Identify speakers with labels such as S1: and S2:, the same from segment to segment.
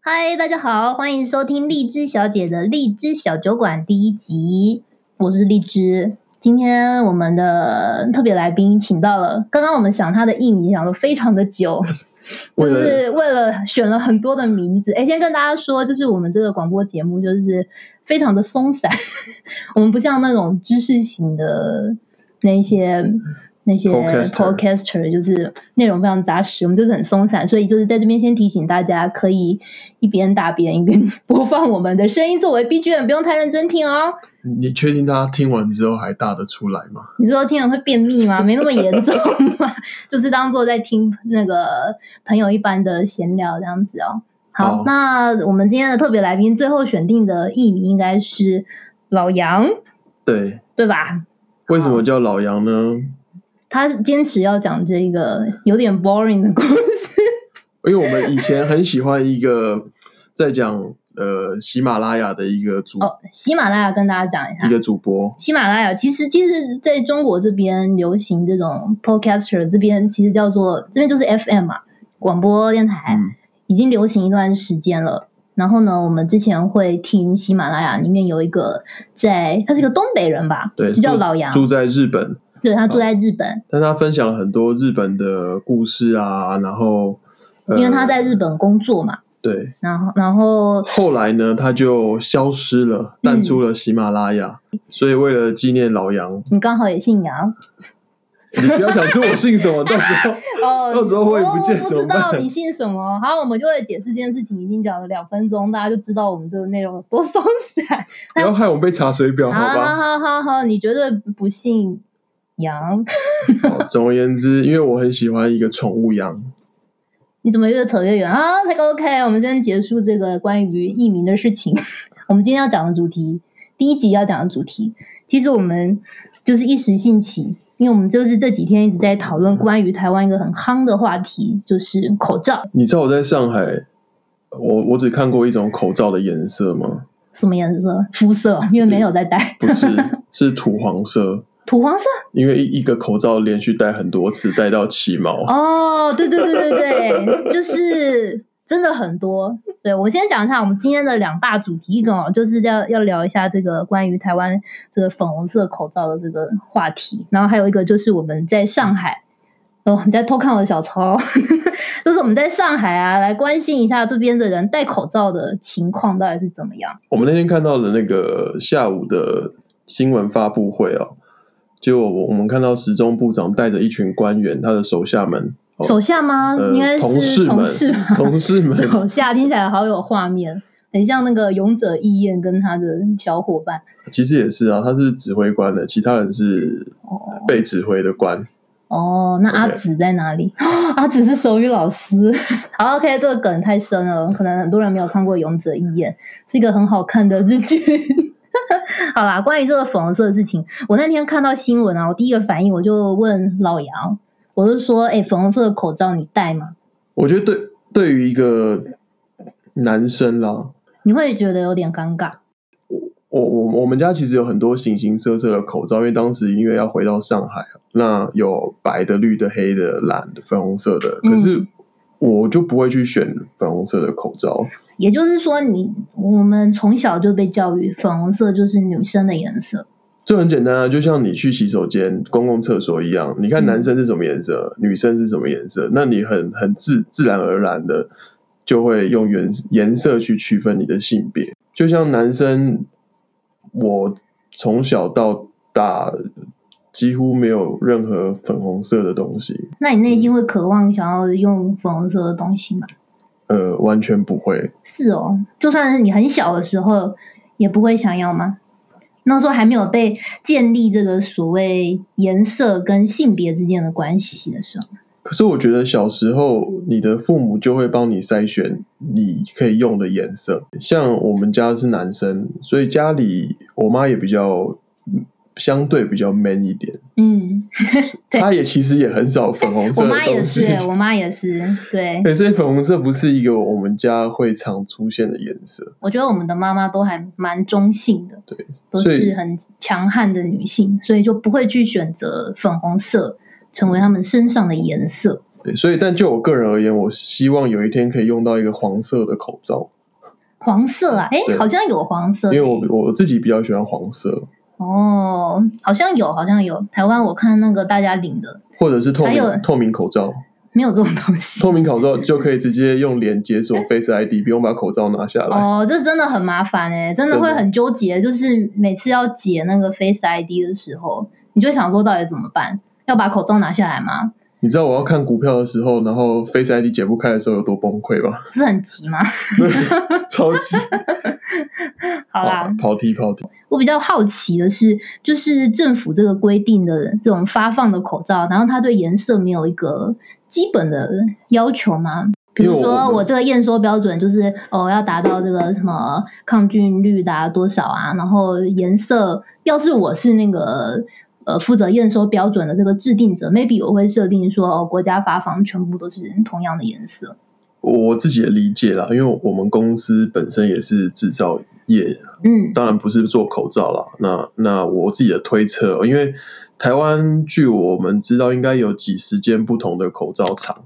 S1: 嗨，大家好，欢迎收听荔枝小姐的荔枝小酒馆第一集，我是荔枝。今天我们的特别来宾请到了，刚刚我们想他的艺名想了非常的久， 就
S2: 为了
S1: 是为了选了很多的名字。哎，先跟大家说，就是我们这个广播节目就是非常的松散， 我们不像那种知识型的那一些那些
S2: Podcaster
S1: podcaster，就是内容非常扎实，我们就是很松散，所以就是在这边先提醒大家，可以一边打边一边播放我们的声音作为 BGM，不用太认真听哦。
S2: 你确定大家听完之后还大得出来吗？
S1: 你说听啊了会便秘吗？没那么严重嘛，就是当做在听那个朋友一般的闲聊这样子哦。好，
S2: 好
S1: 那我们今天的特别来宾最后选定的艺名应该是老杨，
S2: 对，
S1: 对吧？
S2: 为
S1: 啊
S2: 什么叫老杨呢？
S1: 他坚持要讲这个有点 boring 的故事，
S2: 因为我们以前很喜欢一个在讲呃喜马拉雅的一个主、
S1: 哦，喜马拉雅跟大家讲一
S2: 一
S1: 下。
S2: 个主播，
S1: 喜马拉雅其实，其实在中国这边流行这种 podcaster，这边其实叫做这边就是 FM 嘛，广播电台、
S2: 嗯
S1: 已经流行一段时间了。然后呢，我们之前会听喜马拉雅里面有一个在，他是一个东北人吧，
S2: 对，
S1: 就叫
S2: 住
S1: 老杨，
S2: 住嗯在日本，
S1: 对他住在日本，
S2: 但他分享了很多日本的故事啊，然后、呃、
S1: 因为他在日本工作嘛。
S2: 对，
S1: 然后，然后
S2: 后来呢他就消失了，淡出了喜马拉雅，
S1: 嗯
S2: 所以为了纪念老杨，
S1: 你刚好也姓杨，
S2: 你不要想出我姓什 么，到时候
S1: 哦，
S2: 到时候我也不见
S1: 我
S2: 怎
S1: 不知
S2: 么
S1: 道
S2: 办
S1: 你姓什么。好，我们就会解释这件事情，已经讲了两分钟，大家就知道我们这个内容有多松散。
S2: 不要害我被查水表，
S1: 好
S2: 好吧？
S1: 好好好好，你绝对不姓杨，
S2: 好总而言之，因为我很喜欢一个宠物羊，
S1: 你怎么越扯越远啊？那个 OK，我们先结束这个关于艺名的事情。 我们今天要讲的主题，第一集要讲的主题，其实我们就是一时兴起，因为我们就是这几天一直在讨论关于台湾一个很夯的话题，就是口罩，
S2: 你知道我在上海，我我只看过一种口罩的颜色吗？
S1: 什么颜色？肤色，因为没有在戴。
S2: 不 是，是土黄色，
S1: 土黄 色
S2: 因为一一个口罩连续戴很多次，戴到起毛。
S1: 哦，对对对对对， 就是真的很多。对我先讲一下我们今天的两大主题，一个哦，就是要要聊一下这个关于台湾这个粉红色口罩的这个话题，然后还有一个就是我们在上 海。哦，你在偷看我的小抄， 就是我们在上海啊，来关心一下这边的人戴口罩的情况到底是怎么样。
S2: 我们那天看到的那个下午的新闻发布会哦，就我我们看到时钟部长带着一群官员，他的手下们、哦
S1: 手下吗？
S2: 呃
S1: 应该
S2: 同
S1: 是
S2: 事们
S1: 同事吧？
S2: 同事 们，
S1: 手下听起来好有画面，很像那个勇者义彦跟他的小伙伴。
S2: 其实也是啊，他是指挥官的，其他人是
S1: 哦
S2: 被指挥的官。
S1: 哦，那阿
S2: OK
S1: 紫在哪里？ 阿紫是手语老师。 好，OK，这个梗太深了，可能很多人没有看过《勇者义彦》，是一个很好看的日剧。 好啦，关于这个粉红色的事情，我那天看到新闻啊，我第一个反应我就问老杨，我就说：“哎、粉红色的口罩你戴吗？
S2: 我觉得对对于一个男生啦，
S1: 你会觉得有点尴尬。
S2: 我我我们家其实有很多形形色色的口罩，因为当时因为要回到上海，啊那有白的、绿的、黑的、蓝的、粉红色的，
S1: 嗯
S2: 可是我就不会去选粉红色的口罩。”
S1: 也就是说你，我们从小就被教育，粉红色就是女生的颜色。
S2: 这很简单啊，就像你去洗手间、公共厕所一样，你看
S1: 嗯
S2: 男生是什么颜色，女生是什么颜色，那你很很自自然而然的就会用颜颜色去区分你的性别。就像男生，我从小到大几乎没有任何粉红色的东西，
S1: 那你内心
S2: 嗯
S1: 会渴望想要用粉红色的东西吗？
S2: 呃，完全不会。
S1: 是哦，就算是你很小的时候，也不会想要吗？那时候还没有被建立这个所谓颜色跟性别之间的关系的时候，
S2: 可是我觉得小时候你的父母就会帮你筛选你可以用的颜色，像我们家是男生，所以家里我妈也比较嗯相对比较 man 一点，
S1: 嗯，对
S2: 她也其实也很少粉红
S1: 我
S2: 色的
S1: 妈也
S2: 东西
S1: 是，。欸我妈也是，对，
S2: 对，所以粉红色不是一个我们家会常出现的颜色。
S1: 我觉得我们的妈妈都还蛮中性的，
S2: 对，
S1: 都
S2: 所以
S1: 是很强悍的女性，所以就不会去选择粉红色成为她们身上的颜色。
S2: 对，所以但就我个人而言，我希望有一天可以用到一个黄色的口罩，
S1: 黄色啊，哎、
S2: 对
S1: 好像有黄色
S2: 因
S1: 的，
S2: 为我我自己比较喜欢黄色，
S1: 哦，好像有，好像有。台湾我看那个大家领的
S2: 或者是透
S1: 还有
S2: 明透明口罩，
S1: 没有这种东 西。
S2: 透明口罩就可以直接用脸解锁 Face ID，不用把口罩拿下来。
S1: 哎哦，这真的很麻烦哎、真的
S2: 真的
S1: 会很纠结，就是每次要解那个 Face ID 的时候，你就会想说到底怎么办？要把口罩拿下来吗？
S2: 你知道我要看股票的时候，然后 Face ID 解不开的时候有多崩溃 吧？
S1: 不是很急吗？
S2: 超级
S1: 好啦，
S2: 跑题跑题。
S1: 我比较好奇的是，就是政府这个规定的这种发放的口罩，然后它对颜色没有一个基本的要求吗？比
S2: 因为
S1: 如
S2: 我
S1: 说，
S2: 们
S1: 我这个验收标准就是哦，要达到这个什么抗菌率达、多少啊，然后颜色，要是我是那个呃负责验收标准的这个制定者，maybe 我会设定说哦，国家发放全部都是同样的颜色。
S2: 我自己的理解啦，因为我们公司本身也是制造业，
S1: 嗯
S2: 当然不是做口罩啦。那那我自己的推测，因为台湾据我们知道，应该有几十间不同的口罩厂。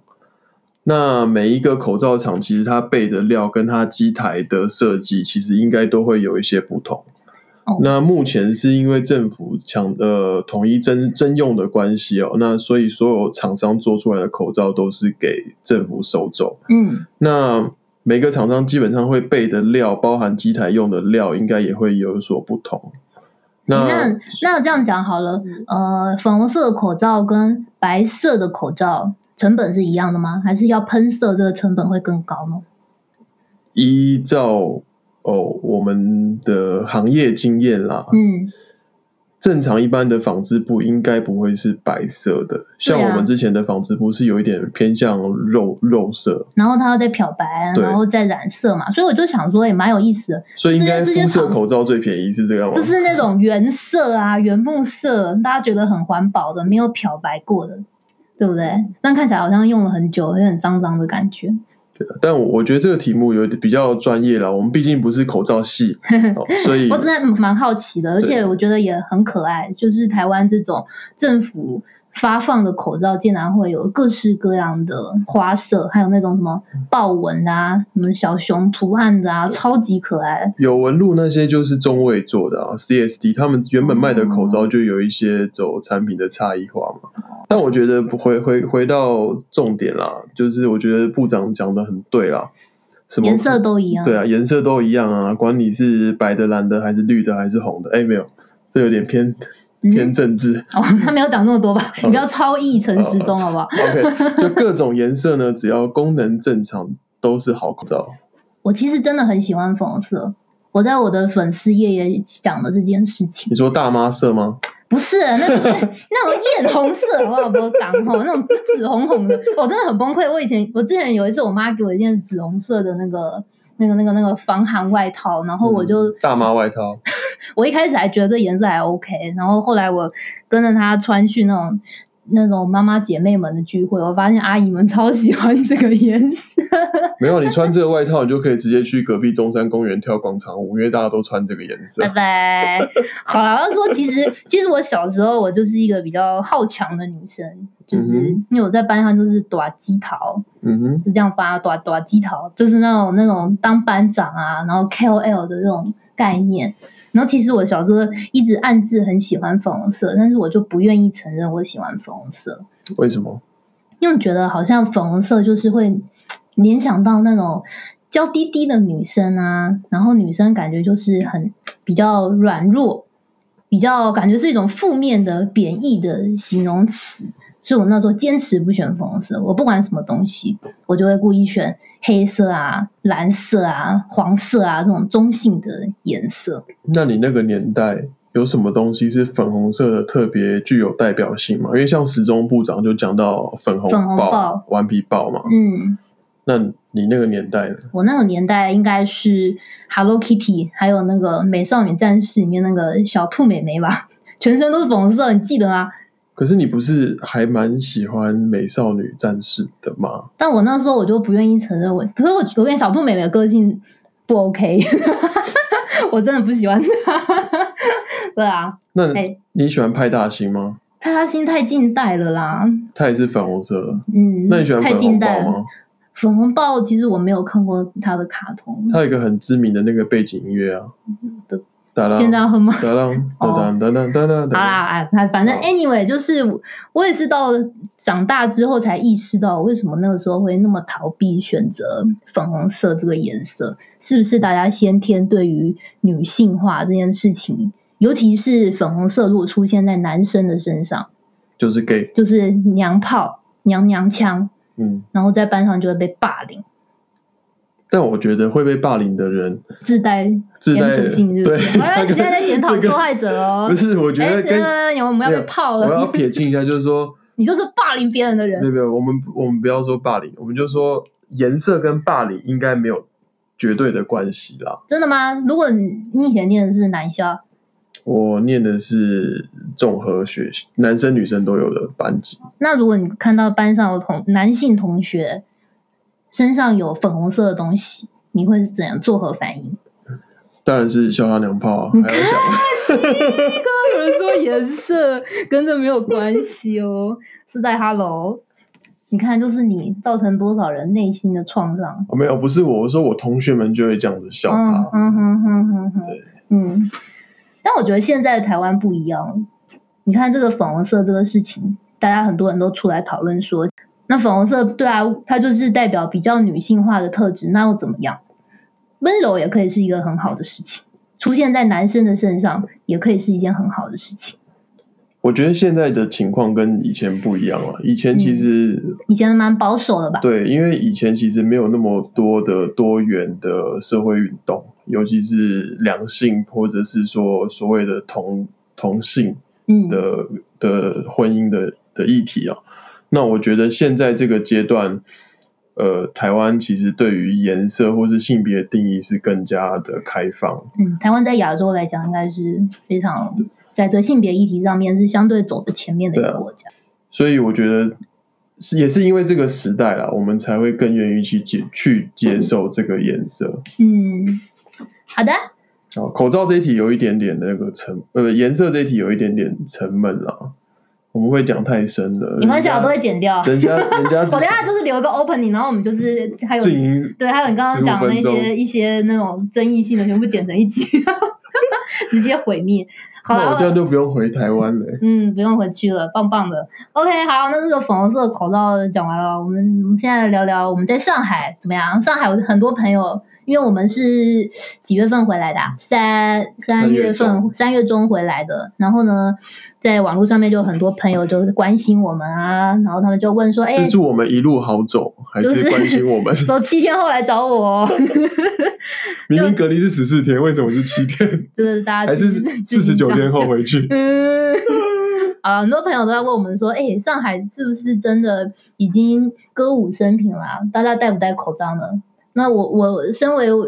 S2: 那每一个口罩厂，其实它备的料跟它机台的设计，其实应该都会有一些不同。
S1: 哦
S2: 那目前是因为政府抢呃统一征征用的关系哦，那所以所有厂商做出来的口罩都是给政府收走。
S1: 嗯
S2: 那每个厂商基本上会备的料，包含机台用的料，应该也会有所不同。那嗯
S1: 那那这样讲好了，呃，粉红色的口罩跟白色的口罩成本是一样的吗？还是要喷色这个成本会更高呢？
S2: 依照哦我们的行业经验啦，
S1: 嗯，
S2: 正常一般的纺织布应该不会是白色的，像
S1: 对啊
S2: 我们之前的纺织布是有一点偏向肉肉色，
S1: 然后它要再漂白，啊
S2: 对
S1: 然后再染色嘛，所以我就想说也蛮有意思的，
S2: 所以应该
S1: 这些
S2: 肤色
S1: 纺织
S2: 口罩最便宜是这样吗？
S1: 就是那种原色啊、原木色，大家觉得很环保的，没有漂白过的，对不对？但看起来好像用了很久，有点脏脏的感觉。
S2: 但我我觉得这个题目有点比较专业啦，我们毕竟不是口 罩系，哦、所以
S1: 我真的蛮好奇的，而且我觉得也很可爱，就是台湾这种政府发放的口罩，竟然会有各式各样的花色，还有那种什么豹纹啊、什么小熊图案的啊，超级可爱。
S2: 有纹路那些就是中卫做的啊，CSD 他们原本卖的
S1: 哦
S2: 口罩就有一些走产品的差异化嘛。但我觉得回回回到重点啦，就是我觉得部长讲的很对啦，什么
S1: 颜色都一样，
S2: 对啊，颜色都一样啊，管你是白的、蓝的还是绿的还是红的，哎，没有，这有点偏
S1: 嗯
S2: 偏政治。
S1: 哦，他没有讲那么多吧？你不要超意陈时中好不好？
S2: OK，就各种颜色呢，只要功能正常都是好口罩。
S1: 我其实真的很喜欢粉红色，我在我的粉丝页也讲了这件事情
S2: 你。说大妈色吗？
S1: 不是，那个 是那种艳红色，好不好？不是港吼，那种紫紫红红的，我真的很崩溃。我以前，我之前有一次，我妈给我一件紫红色的那个、那个、那个、那个防寒外套，然后我就、
S2: 嗯大妈外套，
S1: 我一开始还觉得这颜色还 OK，然后后来我跟着她穿去那种那种妈妈姐妹们的聚会，我发现阿姨们超喜欢这个颜 色。
S2: 没有，你穿这个外套，你就可以直接去隔壁中山公园跳广场舞，因为大家都穿这个颜色
S1: 拜。拜。好了，要说其实其实我小时候我就是一个比较好强的女生，就是
S2: 嗯哼
S1: 因为我在班上就是短鸡桃，
S2: 嗯哼，
S1: 是这样发短短鸡桃，就是那种那种当班长啊，然后 KOL 的这种概念。然后其实我小时候一直暗自很喜欢粉红色，但是我就不愿意承认我喜欢粉红色，
S2: 为什么？
S1: 因为我觉得好像粉红色就是会联想到那种娇滴滴的女生啊，然后女生感觉就是很比较软弱，比较感觉是一种负面的贬义的形容词，所以我那时候坚持不选粉红色，我不管什么东西，我就会故意选黑色啊、蓝色啊、黄色啊这种中性的颜色。
S2: 那你那个年代有什么东西是粉红色的特别具有代表性吗？因为像时钟部长就讲到粉红
S1: 粉红
S2: 豹、
S1: 豹
S2: 顽皮豹嘛。
S1: 嗯，
S2: 那你那个年代呢？
S1: 我那个年代应该是 Hello Kitty，还有那个《美少女战士》里面那个小兔美眉吧，全身都是粉红色，你记得吗？
S2: 可是你不是还蛮喜欢美少女战士的吗？
S1: 但我那时候我就不愿意承认我，可是我我跟小兔美美的个性不 OK，我真的不喜欢她。对啊，
S2: 那
S1: 哎
S2: 你喜欢派大星吗？
S1: 派大星太近代了啦，
S2: 它也是粉红色的。
S1: 嗯，
S2: 那你喜欢
S1: 太
S2: 粉
S1: 近
S2: 红
S1: 代
S2: 豹
S1: 了。嗯
S2: 吗？
S1: 粉红豹其实我没有看过它的卡通，
S2: 它有一个很知名的那个背景音乐啊，
S1: 的
S2: 哒啦
S1: 嗯现在要哼吗？哦
S2: 哒啦哒哒哒哒哒哒
S1: 好
S2: 哒。
S1: 啦，哎，反反正
S2: 好
S1: anyway，就是我我也是到长大之后才意识到，为什么那个时候会那么逃避选择粉红色这个颜色，是不是大家先天对于女性化这件事情，尤其是粉红色如果出现在男生的身上，
S2: 就是 gay，
S1: 就是娘炮、娘娘腔，
S2: 嗯，
S1: 然后在班上就会被霸凌，
S2: 但我觉得会被霸凌的人
S1: 自带
S2: 自带
S1: 偏属性，是不
S2: 对，
S1: 是？我要
S2: 他
S1: 你
S2: 跟
S1: 现在在检讨
S2: 这个
S1: 受害者哦
S2: 不，是，我觉
S1: 哎
S2: 得跟
S1: 这我们要
S2: 没
S1: 被
S2: 有
S1: 泡
S2: 我要
S1: 了，
S2: 撇清一下，就是说，
S1: 你就是霸凌别人的人
S2: 没。有没有，我们我们不要说霸凌，我们就说颜色跟霸凌应该没有绝对的关系啦。
S1: 真的吗？如果你你以前念的是男校，
S2: 我念的是综合学习，男生女生都有的班级，
S1: 那如果你看到班上有同男性同学身上有粉红色的东西，你会是怎样作何反应？
S2: 当然是笑他娘炮啊
S1: 你，看
S2: 还有想
S1: 有人说颜色跟这没有关系哦， 是在 Hello。你看，就是你造成多少人内心的创伤。
S2: 哦没有，不是我，我说我同学们就会这样子笑
S1: 嗯
S2: 他，
S1: 哼哼哼哼哼
S2: 对，
S1: 嗯。但我觉得现在的台湾不一样了，你看这个粉红色这个事情，大家很多人都出来讨论说，那粉红色对啊，它就是代表比较女性化的特质，那又怎么样？温柔也可以是一个很好的事情，出现在男生的身上也可以是一件很好的事情。
S2: 我觉得现在的情况跟以前不一样了，以前其实
S1: 以前蛮保守的吧？
S2: 对，因为以前其实没有那么多的多元的社会运动，尤其是两性或者是说所谓的同同性
S1: 嗯，
S2: 的的婚姻的的议题啊。那我觉得现在这个阶段，呃，台湾其实对于颜色或是性别的定义是更加的开放。
S1: 嗯，台湾在亚洲来讲，应该是非常在这性别议题上面是相对走的前面的一
S2: 对
S1: 个
S2: 啊
S1: 国家。
S2: 所以我觉得是也是因为这个时代啦，我们才会更愿意去接去接受这个颜色。
S1: 嗯，好的，
S2: 啊，口罩这一题有一点点那个沉，呃，颜色这一题有一点点沉闷啦。我们会讲太深了，
S1: 没关系，
S2: 人家
S1: 我都会剪掉。
S2: 人家人家
S1: 我等一下就是留一个 opening，然后我们就是还有
S2: 静音
S1: 对，还有你刚刚讲的那些
S2: 15分钟
S1: 一些那种争议性的，全部剪成一集， 直接毁灭。好啊
S2: 那
S1: 了
S2: 我这，样就不用回台湾了、
S1: 嗯，不用回去了，棒棒的。OK，好，那这个粉红色口罩讲完了，我们我们现在来聊聊我们在上海怎么样？上海有很多朋友，因为我们是几月份回来的啊、三三
S2: 三月
S1: 月份
S2: 中
S1: 三月中回来的。然后呢，在网络上面就有很多朋友就是关心我们啊，然后他们就问说，哎、
S2: 是祝我们一路好走，还
S1: 就是是
S2: 关心我们？
S1: 说七天后来找我、哦，
S2: 明明隔离是十四天，为什么是七天？
S1: 这啊是大家
S2: 还是
S1: 自己
S2: 四十九天后。回
S1: 自己
S2: 去
S1: 想？ 嗯，啊，很多朋友都在问我们说，哎、上海是不是真的已经歌舞升平啦、大家戴不戴口罩呢？那我我身为我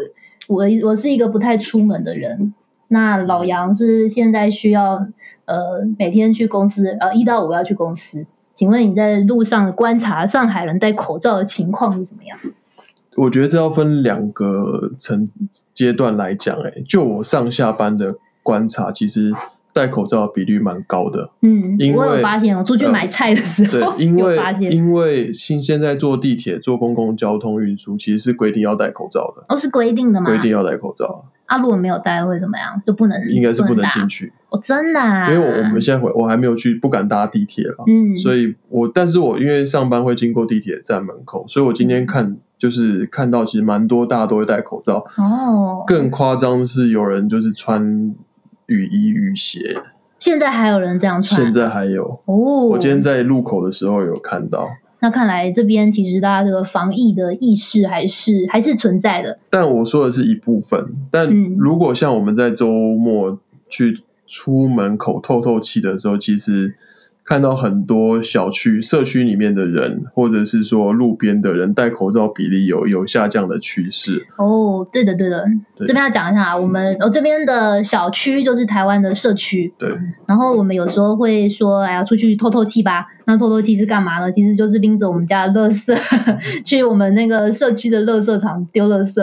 S1: 我是一个不太出门的人，那
S2: 嗯
S1: 老杨是现在需要呃每天去公司，呃一到五要去公司。请问你在路上观察上海人戴口罩的情况是怎么样？
S2: 我觉得这要分两个层阶段来讲、哎，就我上下班的观察，其实戴口罩的比率蛮高的。
S1: 嗯，
S2: 因为呃
S1: 我有发现，我出去买菜的时
S2: 对
S1: 候，
S2: 因为
S1: 有发现，
S2: 因为现现在坐地铁、坐公共交通运输，其实是规定要戴口罩的，
S1: 哦，是规定的吗？
S2: 规定要戴口罩，
S1: 啊，如果没有戴会怎么样？就不能
S2: 应该是不能
S1: 打
S2: 进去。
S1: 哦，真的、
S2: 因
S1: 啊，
S2: 为我我们现在回，我还没有去，不敢搭地铁啦。
S1: 嗯，
S2: 所以我，但是我因为上班会经过地铁站门口，所以我今天看就是看到，其实蛮多大家都会戴口罩。
S1: 哦，
S2: 更夸张是有人就是穿雨衣、雨鞋，
S1: 现在还有人这样穿，
S2: 现在还有。
S1: 哦，
S2: 我今天在路口的时候有看到，
S1: 那看来这边其实大家这个防疫的意识还是还是存在的，
S2: 但我说的是一部分。但
S1: 嗯
S2: 如果像我们在周末去出门口透透气的时候，其实看到很多小区、社区里面的人，或者是说路边的人戴口罩比例有有下降的趋势。
S1: 哦，对的对的，
S2: 对
S1: 这边要讲一下啊，我们我、哦、这边的小区就是台湾的社区，
S2: 对，
S1: 然后我们有时候会说，哎呀，出去透透气吧。那透透气是干嘛呢？其实就是拎着我们家的垃圾 去我们那个社区的垃圾场丢垃圾。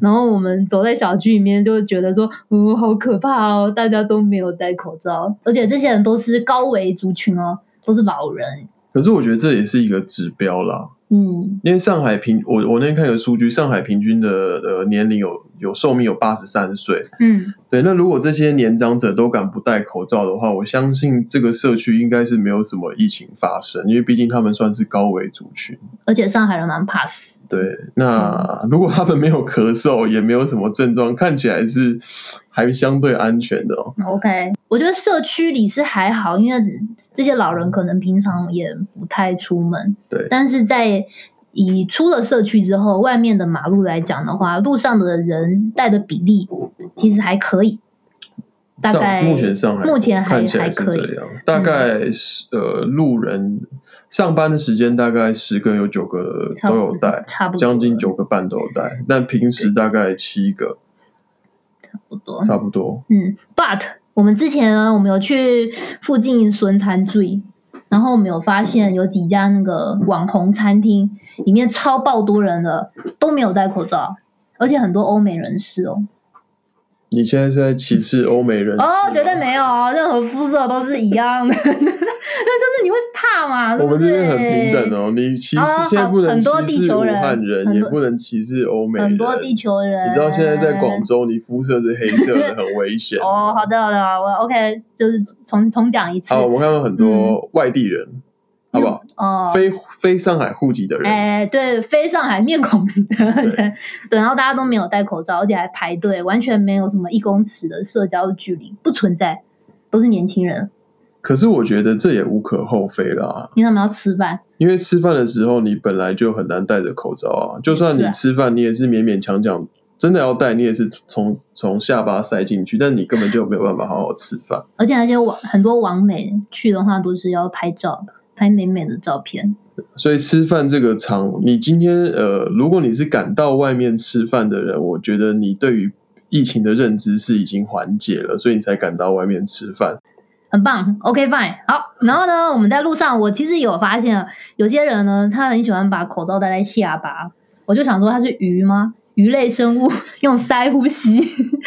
S1: 然后我们走在小区里面，就会觉得说，嗯，好可怕哦，大家都没有戴口罩，而且这些人都是高危族群哦，都是老人，
S2: 可是我觉得这也是一个指标啦，
S1: 嗯，
S2: 因为上海平我我那天看有数据，上海平均的呃年龄有有寿命有八十三岁，
S1: 嗯，
S2: 对，那如果这些年长者都敢不戴口罩的话，我相信这个社区应该是没有什么疫情发生，因为毕竟他们算是高危族群。
S1: 而且上海人蛮怕死，
S2: 对，那
S1: 嗯
S2: 如果他们没有咳嗽，也没有什么症状，看起来是还相对安全的哦。
S1: OK，我觉得社区里是还好，因为这些老人可能平常也不太出门。
S2: 对
S1: 但是在以出了社区之后，外面的马路来讲的话，路上的人带的比例其实还可以，大概
S2: 上目前上海
S1: 目前还
S2: 看起来
S1: 还
S2: 是
S1: 可以嗯
S2: 这样，大概是、呃路人上班的时间大概十个有九个
S1: 差
S2: 都
S1: 不
S2: 有
S1: 多
S2: 戴，
S1: 差不多
S2: 将近九个半都有戴，但平时大概七个
S1: 不多。
S2: 差不多。
S1: 嗯，But 我们之前呢，我们有去附近损残醉，然后我们有发现有几家那个网红餐厅里面超爆多人的，都没有戴口罩，而且很多欧美人士哦。
S2: 你现在是在 歧视欧美人
S1: 哦
S2: 士吗，
S1: 绝对没有哦，任何肤色都是一样 的。那就是你会怕嘛？对
S2: 我
S1: 不
S2: 们这边很
S1: 对
S2: 平等。哦，你歧视、
S1: 哦
S2: 现在
S1: 好
S2: 不能
S1: 很多
S2: 歧
S1: 地
S2: 视武
S1: 球人
S2: 汉人，
S1: 很
S2: 也
S1: 多
S2: 不能歧视欧美人，
S1: 很多地球人，
S2: 你知道现在在广州，你肤色是黑色的，很危险。
S1: 哦，好的好的，我 OK，就是重重讲一次。
S2: 啊，我们看到很多外地人，好不好？
S1: 嗯哦，
S2: 非非上海户籍的人，
S1: 哎，对，飞上海面孔的人，对，然后大家都没有戴口罩，而且还排队，完全没有什么一公尺的社交距离，不存在，都是年轻人，
S2: 可是我觉得这也无可厚非啦，
S1: 因为他们要吃饭。
S2: 因为吃饭的时候你本来就很难戴着口罩啊，就算
S1: 也是
S2: 你
S1: 啊
S2: 吃饭，你也是勉勉强强。真的要戴，你也是从从下巴塞进去，但你根本就没有办法好好吃饭。
S1: 而且那些网很多网美去的话，都是要拍照，拍美美的照片。
S2: 所以吃饭这个场，你今天呃，如果你是敢到外面吃饭的人，我觉得你对于疫情的认知是已经缓解了，所以你才敢到外面吃饭。
S1: 很棒，OK fine，好。然后呢，我们在路上，我其实有发现，有些人呢，他很喜欢把口罩戴在下巴，我就想说他是鱼吗？鱼类生物 用鳃呼吸，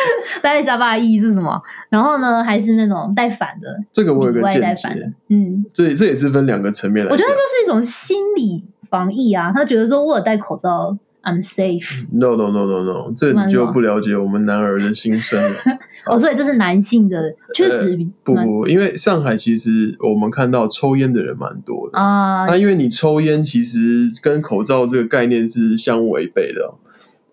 S1: 戴在下巴的意义是什么？然后呢，还是那种戴反的，
S2: 这个我有个
S1: 里外
S2: 见
S1: 带反
S2: 解，
S1: 嗯，
S2: 这这也是分两个层面来
S1: 我
S2: 讲
S1: 觉得。就是一种心理防疫啊。他觉得说我有戴口罩，I'm safe，
S2: No no no no no，这你就不了解我们男儿的心声了。
S1: 哦，所以这是男性的，确实比
S2: 呃不
S1: 蛮
S2: 不，因为上海其实我们看到抽烟的人蛮多的，
S1: 啊
S2: 那、因为你抽烟其实跟口罩这个概念是相违背的哦，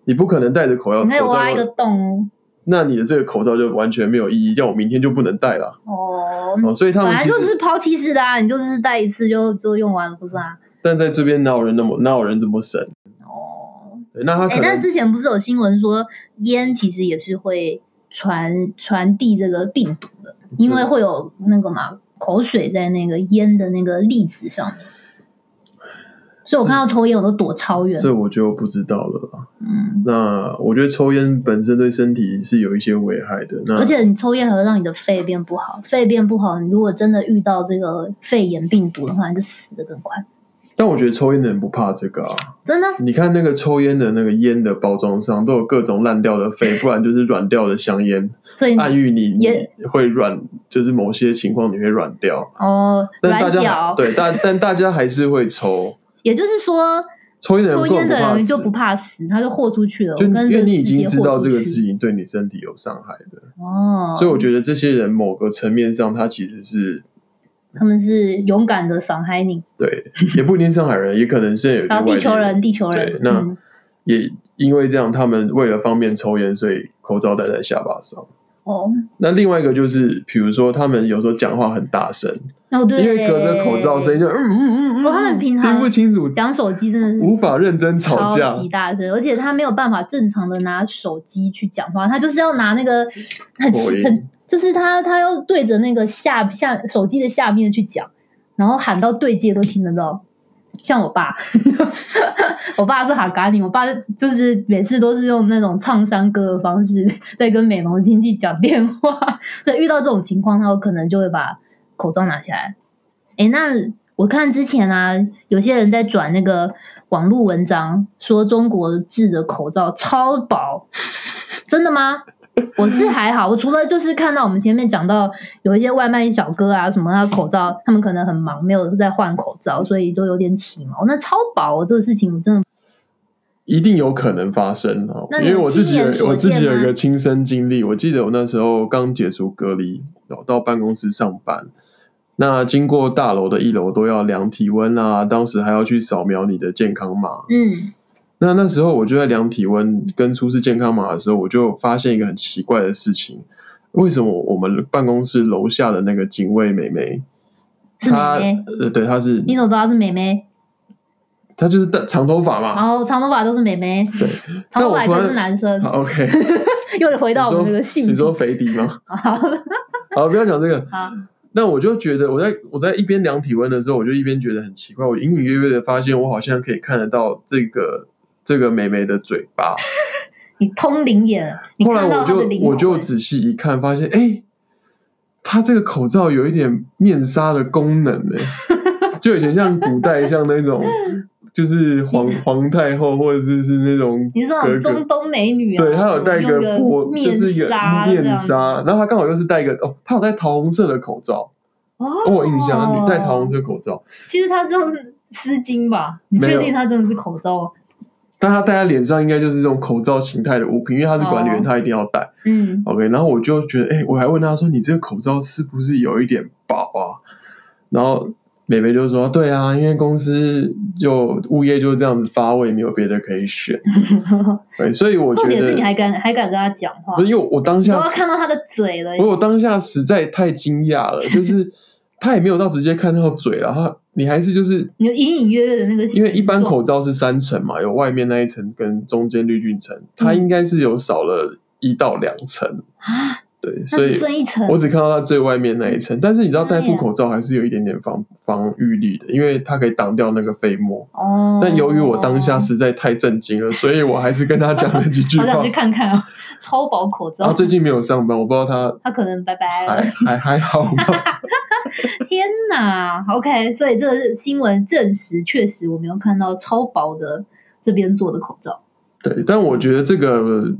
S2: 你不可能戴着口罩，
S1: 你可以
S2: 口罩
S1: 挖一个洞
S2: 那你的这个口罩就完全没有意义，叫我明天就不能戴了。
S1: 哦。
S2: 哦，所以他
S1: 本
S2: 们
S1: 来
S2: 其实，
S1: 就是抛弃式的啊，你就是戴一次就就用完了，不是啊？
S2: 但在这边哪有人那么哪有人这么省？
S1: 哦，
S2: 对那他
S1: 哎、
S2: 可能、
S1: 但之前不是有新闻说烟其实也是会传传递这个病毒的，因为会有那个嘛口水在那个烟的那个粒子上面，所以我看到抽烟我都躲超远。
S2: 这我就不知道了啦。
S1: 嗯，
S2: 那我觉得抽烟本身对身体是有一些危害的。那
S1: 而且你抽烟还会让你的肺变不好，肺变不好，你如果真的遇到这个肺炎病毒的话，你就死的更快。
S2: 但我觉得抽烟的人不怕这个啊。
S1: 真的，
S2: 你看那个抽烟的那个烟的包装上都有各种烂掉 的肺，不然就是软掉的香烟，
S1: 所以你
S2: 暗喻你
S1: 嗯也
S2: 你会软，就是某些情况你会软掉。
S1: 哦，
S2: 但大
S1: 软
S2: 家还
S1: 脚，
S2: 对，但但大家还是会抽。
S1: 也就是说，
S2: 抽烟的 人
S1: 抽烟
S2: 根本不
S1: 的
S2: 怕
S1: 人
S2: 死
S1: 就不怕死，他就豁出去了。
S2: 就
S1: 我跟
S2: 因为
S1: 这
S2: 你
S1: 个
S2: 已
S1: 世界
S2: 经知道
S1: 豁出
S2: 这个
S1: 去
S2: 事情对你身体有伤害的，
S1: 哦，
S2: 所以我觉得这些人某个层面上，他其实是
S1: 他们是勇敢的伤害你，
S2: 对，也不一定上海人，也可能现在有
S1: 然后
S2: 些外
S1: 地球
S2: 地
S1: 人，，地球人
S2: 对，那
S1: 嗯
S2: 也因为这样，他们为了方便抽烟，所以口罩戴在下巴上。
S1: 哦，
S2: 那另外一个就是，比如说他们有时候讲话很大声，
S1: 哦对，
S2: 因为隔着口罩声音就嗯嗯嗯嗯，
S1: 哦他们平常
S2: 听不清楚，
S1: 讲手机真的是
S2: 无法认真吵架
S1: 超，级大声，而且他没有办法正常的拿手机去讲话，他就是要拿那个很
S2: 口音
S1: 很，就是他他要对着那个下下手机的下面去讲，然后喊到对接都听得到。像我爸， 我爸是哈嘎尼，我爸就是每次都是用那种唱山歌的方式在跟美容经济讲电话，所以遇到这种情况，他有可能就会把口罩拿下来。诶，那我看之前啊，有些人在转那个网络 文章，说中国制的口罩超薄，真的吗？我是还好，我除了就是看到我们前面讲到有一些外卖小哥啊什么，他口罩他们可能很忙，没有在换口罩，所以都有点起毛。那超薄这个事情，我真的
S2: 一定有可能发生啊
S1: 那！你
S2: 因为我自己
S1: 亲眼
S2: 有
S1: 所见
S2: 我自己有一
S1: 吗
S2: 个亲身经历，我记得我那时候刚解除隔离，然后到办公室上班，那经过大楼的一楼都要量体温啊，当时还要去扫描你的健康码。
S1: 嗯
S2: 那那时候我就在量体温跟出示健康码的时候，我就发现一个很奇怪的事情：为什么我们办公室楼下的那个警卫妹妹，
S1: 是
S2: 她
S1: 妹妹。
S2: 呃对，她是
S1: 你怎么知道她是妹妹？
S2: 她就是大长头发嘛
S1: 然。后长头发都是妹妹，
S2: 对，
S1: 长头发
S2: 那我突然
S1: 都是男生，
S2: 好 OK，
S1: 又回到我们
S2: 你
S1: 这
S2: 说
S1: 个性别。
S2: 你说肥迪吗？
S1: 好，
S2: 好，不要讲这个。
S1: 好，
S2: 那我就觉得我在我在一边量体温的时候，我就一边觉得很奇怪，我隐隐约约的发现我好像可以看得到这个这个美眉的嘴巴。
S1: 你通灵眼，你
S2: 后来
S1: 看到
S2: 我
S1: 她
S2: 就
S1: 的灵
S2: 我就
S1: 魂
S2: 仔细一看，发现哎，诶她这个口罩有一点面纱的功能 呢、就有点像古代像那种就是皇皇太后或者是是那种
S1: 你是那
S2: 格
S1: 种
S2: 格
S1: 中东美女啊？
S2: 对，她有戴一
S1: 用
S2: 个
S1: 个
S2: 薄，就
S1: 面
S2: 是一个
S1: 纱这样子，
S2: 面纱，然后她刚好又是戴一个哦，她有戴桃红色的口罩，
S1: 哦，
S2: 哦我有印象，你戴桃红。色口罩，
S1: 其实它就是丝巾吧？你
S2: 没
S1: 确
S2: 有
S1: 定它真的是口罩吗？
S2: 但她戴在脸上应该就是这种口罩形态的物品，因为她是管理员，
S1: 哦
S2: 她一定要戴。
S1: 嗯，
S2: OK，然后我就觉得，哎、我还问她说，你这个口罩是不是有一点薄啊？然后美美就说，对啊，因为公司就物业就这样子发位，没有别的可以选。对，所以我觉
S1: 重
S2: 得，
S1: 点是你还敢还敢跟他讲话
S2: 不，是因为我当
S1: 你
S2: 下
S1: 都要看到他的嘴了。
S2: 我我当下实在太惊 讶了，就是他也没有到直接看到嘴了，他你还是就是
S1: 你就隐隐约约的那个形状，
S2: 因为一般口罩是三层嘛，有外面那一层跟中间滤菌层，它
S1: 嗯
S2: 应该是有少了一到两层，
S1: 啊，
S2: 对，
S1: 那
S2: 所
S1: 是
S2: 以
S1: 深一层。
S2: 我只看到它最外面那一层，但是你知道戴
S1: 哎
S2: 布
S1: 呀
S2: 口罩还是有一点点防防御力的，因为它可以挡掉那个飞沫。
S1: 哦，
S2: 但由于我当下实在太震惊了，所以我还是跟他讲了几句
S1: 哦好
S2: 话。
S1: 想去看看啊，超薄口
S2: 然后
S1: 罩，
S2: 啊最近没有上班，我不知道他
S1: 他可能拜拜
S2: 还
S1: 了。
S2: 还还好吗？
S1: 天哪，OK，所以这个新闻证实，确实我没有看到超薄的这边做的口罩。
S2: 对，但我觉得这个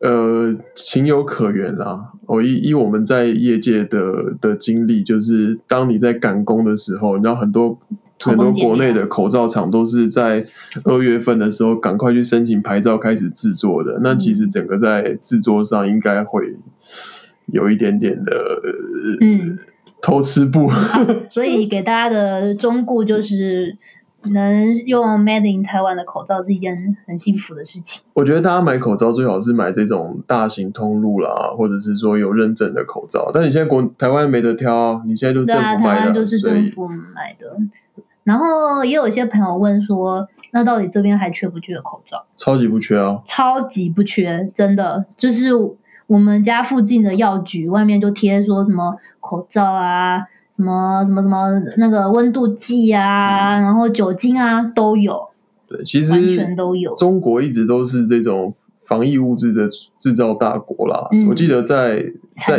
S2: 呃情有可原啦。我、哦、以以我们在业界的的经历，就是当你在赶工的时候，你知道很多
S1: 偷
S2: 很
S1: 工
S2: 多
S1: 减料
S2: 国内的口罩厂都是在二月份的时候赶快去申请牌照开始制作的。那其实整个在制作上应该会有一点点的、呃
S1: 嗯，
S2: 偷吃步。
S1: 所
S2: 嗯
S1: 以给大家的忠告就是，能用 Made in 台湾的口罩是一件很幸福的事情。
S2: 我觉得大家买口罩最好是买这种大型通路啦，或者是说有认证的口罩。但你现在国台湾没得挑啊，你现在就
S1: 对
S2: 政
S1: 啊，
S2: 府
S1: 台
S2: 买的啊，
S1: 湾就是
S2: 所
S1: 政
S2: 以
S1: 府买的。然后也有一些朋友问说，那到底这边还缺不缺口罩？
S2: 超级不缺啊。
S1: 超级不缺，真的就是我们家附近的药局外面就贴说什么口罩啊，什么什么什么那个温度计啊，然后酒精啊都有，
S2: 对，其
S1: 完全
S2: 实
S1: 都有。
S2: 中国一直都是这种防疫物质的制造大国啦。
S1: 嗯
S2: 我记得在在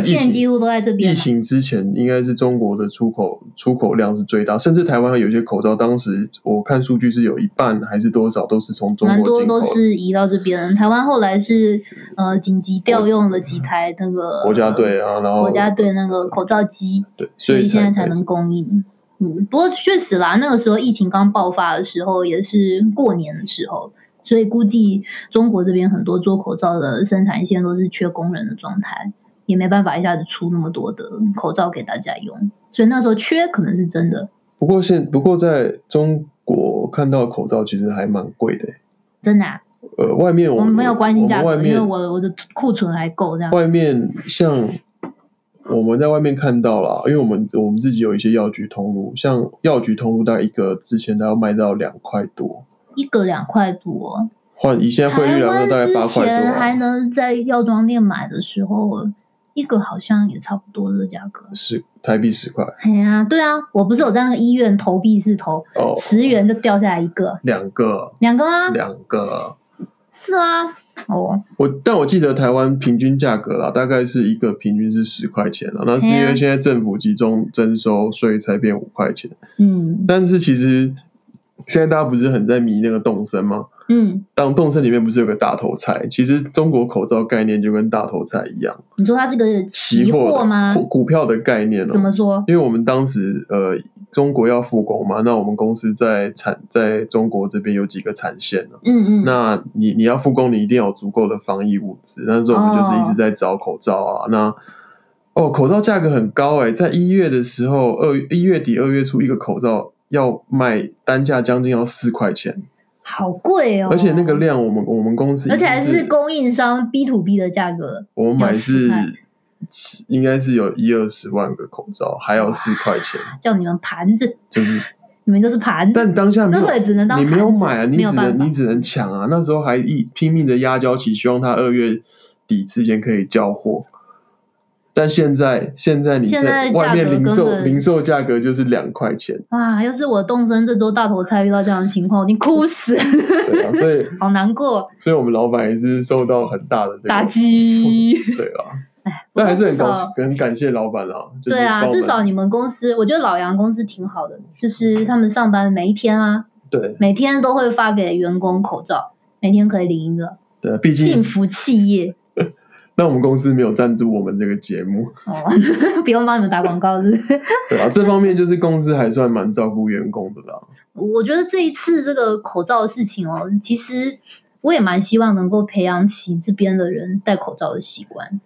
S1: 产
S2: 疫
S1: 线几
S2: 情
S1: 乎都在这边
S2: 疫
S1: 嘛，
S2: 情之前，应该是中国的出口出口量是最大，甚至台湾有些口罩，当时我看数据是有一半还是多少都是从中
S1: 蛮
S2: 国
S1: 多
S2: 进口
S1: 都
S2: 的。
S1: 是移到这边。台湾后来是呃紧急调用了几台那个
S2: 哦国家队啊，然后
S1: 国家队那个口罩机，
S2: 对，所
S1: 所
S2: 以
S1: 以现在
S2: 开
S1: 才
S2: 始
S1: 能供应。嗯，不过确实啦，那个时候疫情刚爆发的时候，也是过年的时候，所以估计中国这边很多做口罩的生产线都是缺工人的状态，也没办法一下子出那么多的口罩给大家用，所以那时候缺可能是真的，
S2: 不过现不过在中国看到口罩其实还蛮贵的欸、
S1: 真的、啊。
S2: 呃，外面我
S1: 我
S2: 们
S1: 们没有关心价格，
S2: 我们外
S1: 因为
S2: 面
S1: 我我的库存还够这样。
S2: 外面像我们在外面看到啦，因为我们我们自己有一些药局通路，像药局通路，大概一个之前它要卖到两块多，
S1: 一个两块多，
S2: 换以现在汇率
S1: 台
S2: 来
S1: 湾
S2: 说大概八
S1: 之
S2: 块多、
S1: 前还
S2: 啊，
S1: 能在药妆店买的时候，一个好像也差不多这个价格。
S2: 十台币十块
S1: 哎呀，对啊，我不是有在那个医院投币式投，
S2: 哦，
S1: 十元就掉下来一个，
S2: 两个
S1: 两个啊，
S2: 两个，
S1: 是啊，哦，
S2: 我但我记得台湾平均价格啦，大概是一个平均是十块钱了，那是因
S1: 哎
S2: 为
S1: 呀
S2: 现在政府集中征收，所以才变五块钱。
S1: 嗯，
S2: 但是其实现在大家不是很在迷那个动森吗？
S1: 嗯，
S2: 当动森里面不是有个大头菜？其实中国口罩概念就跟大头菜一样，
S1: 你说它是个
S2: 期
S1: 期货
S2: 的
S1: 吗？
S2: 股股票的概念
S1: 怎
S2: 哦。
S1: 么说？
S2: 因为我们当时呃，中国要复工嘛，那我们公司在产在中国这边有几个产线哦
S1: 嗯嗯，
S2: 那你你要复工，你一定要有足够的防疫物资。那时候我们就是一直
S1: 哦
S2: 在找口罩啊。那哦，口罩价格很高哎、在一月的时候，二一月底二月初一个口罩要卖单价将近要四块钱，
S1: 好贵哦，
S2: 而且那个，量我们我们公司一
S1: 而
S2: 直
S1: 且还是供应商 B to B 的价格，
S2: 我们买是
S1: 要4
S2: 应该是有一二十万个口罩，还要四块钱，
S1: 叫你们盘子，
S2: 就是
S1: 你们就是盘子，
S2: 但当下没
S1: 那时
S2: 有
S1: 候也只能当
S2: 你没有
S1: 盘子
S2: 买啊，你
S1: 没有
S2: 只
S1: 办
S2: 能
S1: 法
S2: 你只能抢啊。那时候还一拼命的压交期，希望他二月底之前可以交货。但现在现在你
S1: 现在价格
S2: 外面零售
S1: 根本
S2: 零售价格就是两块钱，
S1: 哇！要是我动身这周大头菜遇到这样的情况，你哭死，
S2: 对啊，所以
S1: 好难过，
S2: 所以我们老板也是受到很大的这个
S1: 打，击。
S2: 对啊。 但还是很高兴，很感谢老板啊，就是
S1: 对啊，
S2: 帮我
S1: 至
S2: 们
S1: 少你们公司，我觉得老杨公司挺好的，就是他们上班每一天啊，
S2: 对
S1: 每天都会发给员工口罩，每天可以领一个，
S2: 对啊，毕
S1: 幸
S2: 竟
S1: 福企业
S2: 那我们公司没有赞助我们这个节目，
S1: 哦， 不用帮你们打广告是不是。
S2: 对啊，这方面就是公司还算蛮照顾员工的啦，
S1: 我觉得这一次这个口罩的事情哦，其实我也蛮希望能够培养起这边的人戴口罩的习惯，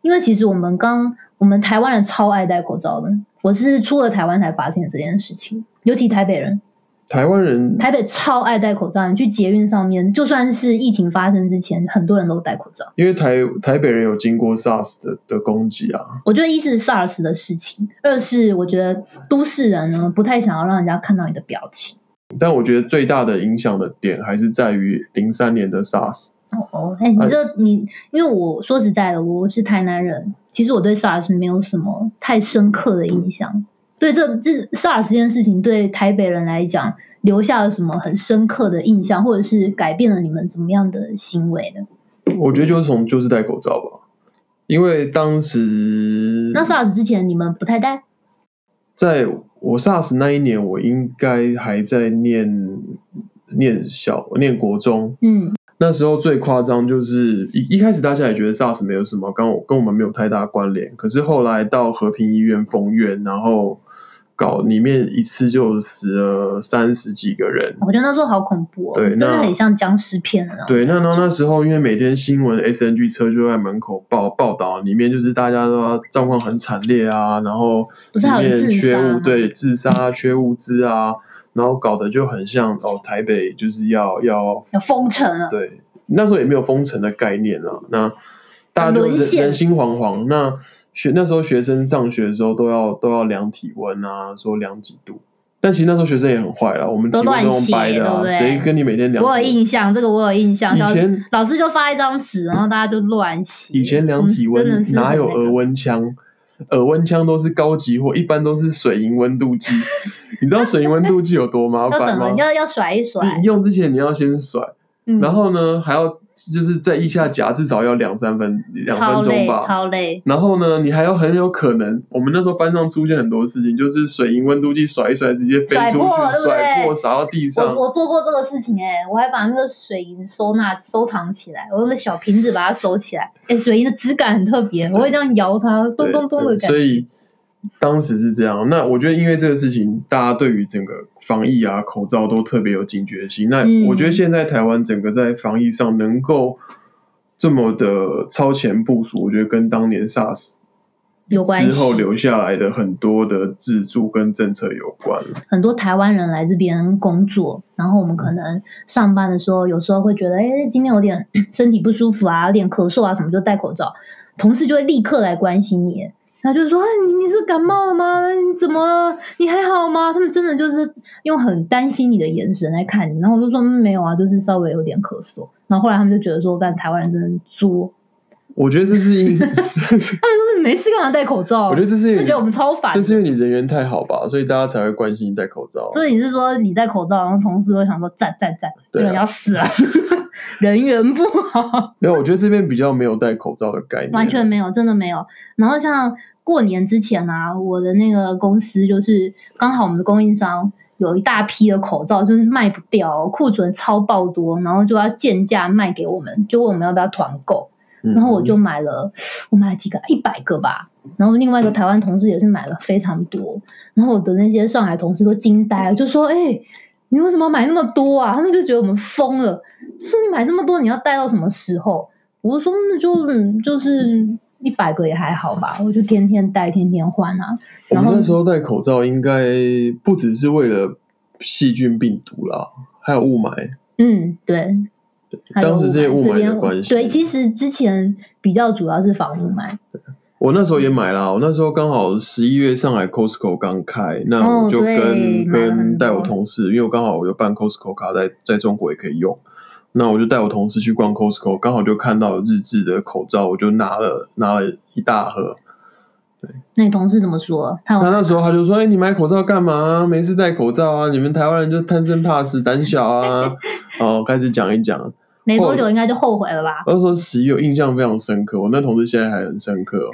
S1: 因为其实我们刚我们台湾人超爱戴口罩的，我是出了台湾才发现这件事情，尤其台北人，
S2: 台湾人
S1: 台北超爱戴口罩，你去捷运上面，就算是疫情发生之前，很多人都戴口罩。
S2: 因为台台北人有经过 SARS 的的攻击啊，
S1: 我觉得一是 SARS 的事情，二是我觉得都市人呢不太想要让人家看到你的表情。
S2: 但我觉得最大的影响的点还是在于零三年的 SARS。
S1: 哦哦，哎，你
S2: 哎
S1: 这你，因为我说实在的，我是台南人，其实我对 SARS 没有什么太深刻的印象。对这这 SARS 这件事情，对台北人来讲，留下了什么很深刻的印象，或者是改变了你们怎么样的行为呢？
S2: 我觉得就是从就是戴口罩吧，因为当时
S1: 那 SARS 之前你们不太戴？
S2: 在我 SARS 那一年，我应该还在念念小念国中，
S1: 嗯
S2: 那时候最夸张就是一一开始大家也觉得 SARS 没有什么，跟我跟我们没有太大关联。可是后来到和平医院封院，然后搞里面一次就死了三十几个人。
S1: 我觉得那时候好恐怖哦，
S2: 对
S1: 真的
S2: 那
S1: 很像僵尸片的那种。
S2: 对，那那那时候因为每天新闻 SNG 车就在门口报报道，里面就是大家都状况很惨烈啊，然后
S1: 不是还
S2: 里
S1: 有人
S2: 面
S1: 自
S2: 缺
S1: 杀
S2: 物
S1: 吗
S2: 对自杀缺物资啊，然后搞得就很像哦，台北就是要要
S1: 要封城了，
S2: 对，那时候也没有封城的概念啊。那大家就人
S1: 沦陷
S2: 人心惶惶。那学那时候学生上学的时候都要都要量体温啊，说量几度。但其实那时候学生也很坏啦，我们
S1: 都
S2: 体温
S1: 乱
S2: 都用
S1: 写
S2: 掰的、
S1: 对
S2: 啊，
S1: 不对
S2: 谁跟你每天量体
S1: 我有
S2: 温？
S1: 印象，这个我有印象。
S2: 以前
S1: 老老师就发一张纸，然后大家就乱写。
S2: 以前量体
S1: 嗯真
S2: 温
S1: 的是
S2: 哪有
S1: 很那个
S2: 额温枪？耳温枪都是高级货，一般都是水银温度计。 你知道水银温度计有多麻
S1: 要
S2: 烦
S1: 等啊
S2: 吗
S1: 了，？要要甩一甩。
S2: 你用之前你要先甩，
S1: 嗯，
S2: 然后呢还要就是在腋下夹，至少要两三分两
S1: 超
S2: 分钟
S1: 累
S2: 吧，，
S1: 超累。
S2: 然后呢，你还有很有可能，我们那时候班上出现很多事情，就是水银温度计甩一甩，直接飞
S1: 甩
S2: 出
S1: 破对
S2: 去，
S1: 不对
S2: 甩破洒到地上
S1: 我。我做过这个事情哎、我还把那个水银收纳收藏起来，我用个小瓶子把它收起来。哎、水银的质感很特别，我会这样摇它，咚
S2: 对
S1: 咚咚的
S2: 对
S1: 感觉。
S2: 所以当时是这样。那我觉得，因为这个事情，大家对于整个防疫啊、口罩都特别有警觉性。那
S1: 嗯
S2: 我觉得现在台湾整个在防疫上能够这么的超前部署，我觉得跟当年 SARS
S1: 有关系
S2: 之后留下来的很多的制度跟政策有关。
S1: 很多台湾人来这边工作，然后我们可能上班的时候，有时候会觉得，哎，今天有点 身体不舒服啊，有点咳嗽啊，什么就戴口罩，同事就会立刻来关心你，他就说，哎，你你是感冒了吗？你怎么了？你还好吗？他们真的就是用很担心你的眼神来看你，然后我就说、嗯、没有啊，就是稍微有点咳嗽。然后后来他们就觉得说，干台湾人真的作，
S2: 我觉得这是 因，
S1: 就是没事干嘛戴口罩？
S2: 我觉得这是因
S1: 就
S2: 为
S1: 觉得我们超烦
S2: 这。是因为你人缘太好吧，所以大家才会关心你戴口罩。
S1: 所以你是说你戴口罩，然后同事都想说赞赞赞，这个
S2: 对啊
S1: 人要死了， 人缘不好，
S2: 没有，我觉得这边比较没有戴口罩的概念，
S1: 完全没有，真的没有。然后像过年之前啊，我的那个公司就是刚好我们的供应商有一大批的口罩就是卖不掉，哦库存超爆多，然后就要贱价卖给我们，就问我们要不要团购。
S2: 嗯
S1: 然后我就买了，我买了几个，一百个吧。然后另
S2: 嗯
S1: 外一个台湾同事也是买了非常多，然后我的那些上海同事都惊呆了，就说：“哎、你为什么要买那么多啊？”他们就觉得我们疯了，说你买这么多，你要带到什么时候？我就说那就嗯就是一百个也还好吧，我就天天带，天天换啊。
S2: 我
S1: 然
S2: 们
S1: 后
S2: 那时候戴口罩，应该不只是为了细菌、病毒啦，还有雾霾。
S1: 嗯，对。还有
S2: 当时这些雾
S1: 这
S2: 霾的
S1: 边
S2: 关系，
S1: 对，其实之前比较主要是防雾霾，
S2: 我那时候也买啦，我那时候刚好十一月上海 Costco 刚开，那
S1: 哦
S2: 我就跟、
S1: 对买了很
S2: 跟
S1: 多
S2: 带我同事，因为我刚好我有办 Costco 卡在在中国也可以用，那我就带我同事去逛 Costco，刚好就看到日制的口罩，我就拿了拿了一大
S1: 哦
S2: 盒。
S1: 那你同事怎么说？他有
S2: 那那时候他就说：“哎、你买口罩干嘛？没事戴口罩啊！你们台湾人就贪生怕死、胆 小啊！”哦，开始讲一讲。
S1: 没多久应该就后悔了吧？
S2: 那时候十一有印象非常深刻，我那同事现在还很 深刻、哦。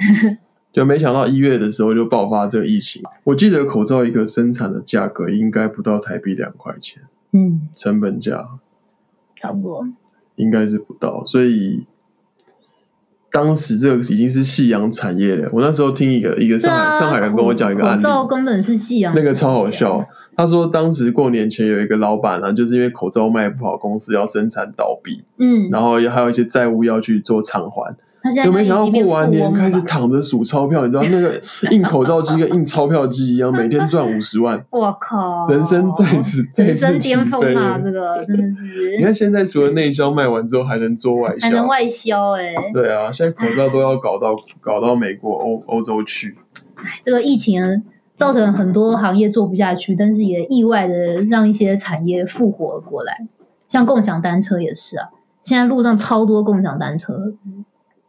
S2: 就没想到一月的时候就爆发这个疫情。我记得口罩一个生产的价格应该不到台币两块钱，
S1: 嗯，
S2: 成本价
S1: 差不多。
S2: 应该是不到，所以当时这个已经是夕阳产业了。我那时候听一个一个
S1: 对
S2: 上海、
S1: 啊，
S2: 上海人跟我讲一个案
S1: 口罩
S2: 例，
S1: 根本是夕阳，
S2: 那个超好笑。。他说当时过年前有一个老板啊，就是因为口罩卖不好，公司要生产倒闭，
S1: 嗯，
S2: 然后还有一些债务要去做偿还。
S1: 他现在
S2: 就没想到
S1: 已经变
S2: 过完年
S1: 富翁了
S2: 开
S1: 吧
S2: 始躺着数钞票，你知道那个印口罩机跟印钞票机一样，每天赚五十万，
S1: 我靠，
S2: 人生再次再
S1: 哦人
S2: 次
S1: 生
S2: 起
S1: 巅峰
S2: 飞。
S1: 啊！这个真的是
S2: 你看现在除了内销卖完之后，还能做外销
S1: 还，能外销哎、
S2: 对啊，现在口罩都要搞到搞到美国、欧欧洲去。
S1: 这个疫情造成很多行业做不下去，但是也意外的让一些产业复活了过来，像共享单车也是啊，现在路上超多共享单车，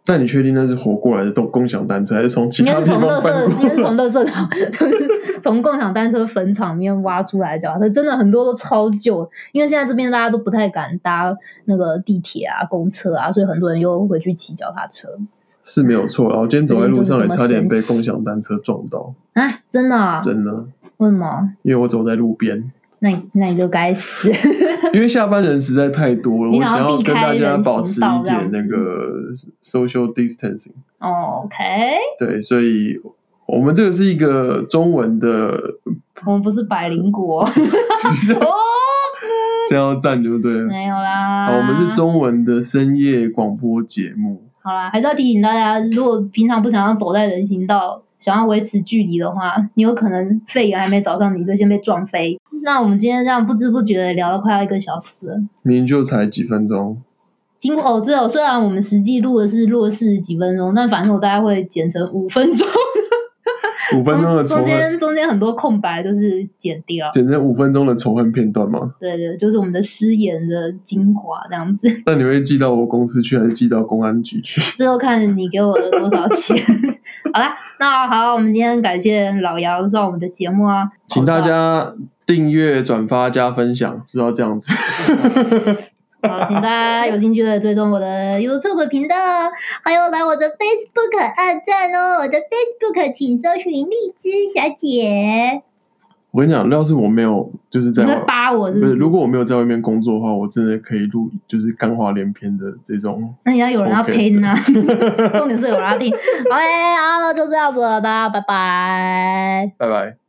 S2: 那你确定那是活过来的共共享单车，还是从其
S1: 应该
S2: 他
S1: 是
S2: 地
S1: 从垃
S2: 方搬
S1: 圾，应该是
S2: 过来？
S1: 从垃圾场，就是 从共享单车坟场里面挖出来的脚踏车，真的很多都超旧，因为现在这边大家都不太敢搭那个地铁啊、公车啊，所以很多人又回去骑脚踏车。
S2: 是没有错啦。我今天走在路上也差点
S1: 就
S2: 被
S1: 是这么
S2: 共享单车撞到，
S1: 啊，真的、啊？
S2: 真的，
S1: 为什么？
S2: 因为我走在路边。
S1: 那你那你就该死。
S2: 因为下班人实在太多了，
S1: 你
S2: 我
S1: 想
S2: 想
S1: 要
S2: 要跟大家保持一
S1: 避开人行道
S2: 点
S1: 这
S2: 那
S1: 样嗯
S2: 个 social distancing。
S1: 哦 OK，
S2: 对，所以我们这个是一个中文的，
S1: 我们不是百灵果哦，
S2: 先要站就对了。
S1: 没有啦。
S2: 哦好，我们是中文的深夜广播节目。
S1: 好啦，还是要提醒大家，如果平常不想要走在人行道，想要维持距离的话，你有可能肺炎还没找上你，就先被撞飞。那我们今天这样不知不觉的聊了快要一个小时了。
S2: 明明就才几分钟，
S1: 经过哦，对哦，虽然我们实际录的是录了四十几分钟，但反正我大概会剪成五分钟，
S2: 五 分钟的仇
S1: 哦中
S2: 恨，
S1: 间中间很多空白都是剪掉。
S2: 简直五分钟的仇恨片段吗？
S1: 对对，就是我们的失言的精华这样子。
S2: 那你会寄到我公司去，还是寄到公安 局去？
S1: 最后看你给我了多少钱。 好啦，那好，我们今天感谢老姚上我们的节目啊，
S2: 请大家订阅、转发、加分享，是不是要这样子？
S1: 好，请大家有兴趣的追踪我的 YouTube 频道，还有来我的 Facebook 按赞哦。我的 Facebook 请搜寻荔枝小姐。
S2: 我跟你讲，要是我没有，就是
S1: 你
S2: 在
S1: 会
S2: 我
S1: 扒我是
S2: 不
S1: 不
S2: 是，
S1: 是？
S2: 如果我没有在外面工作的话，我真的可以录就是干话连篇的这种。
S1: 那你要有人要
S2: Podcast
S1: 听啊，重点是有人要听。OK，好了，就这样子了，大家拜拜。
S2: 拜拜。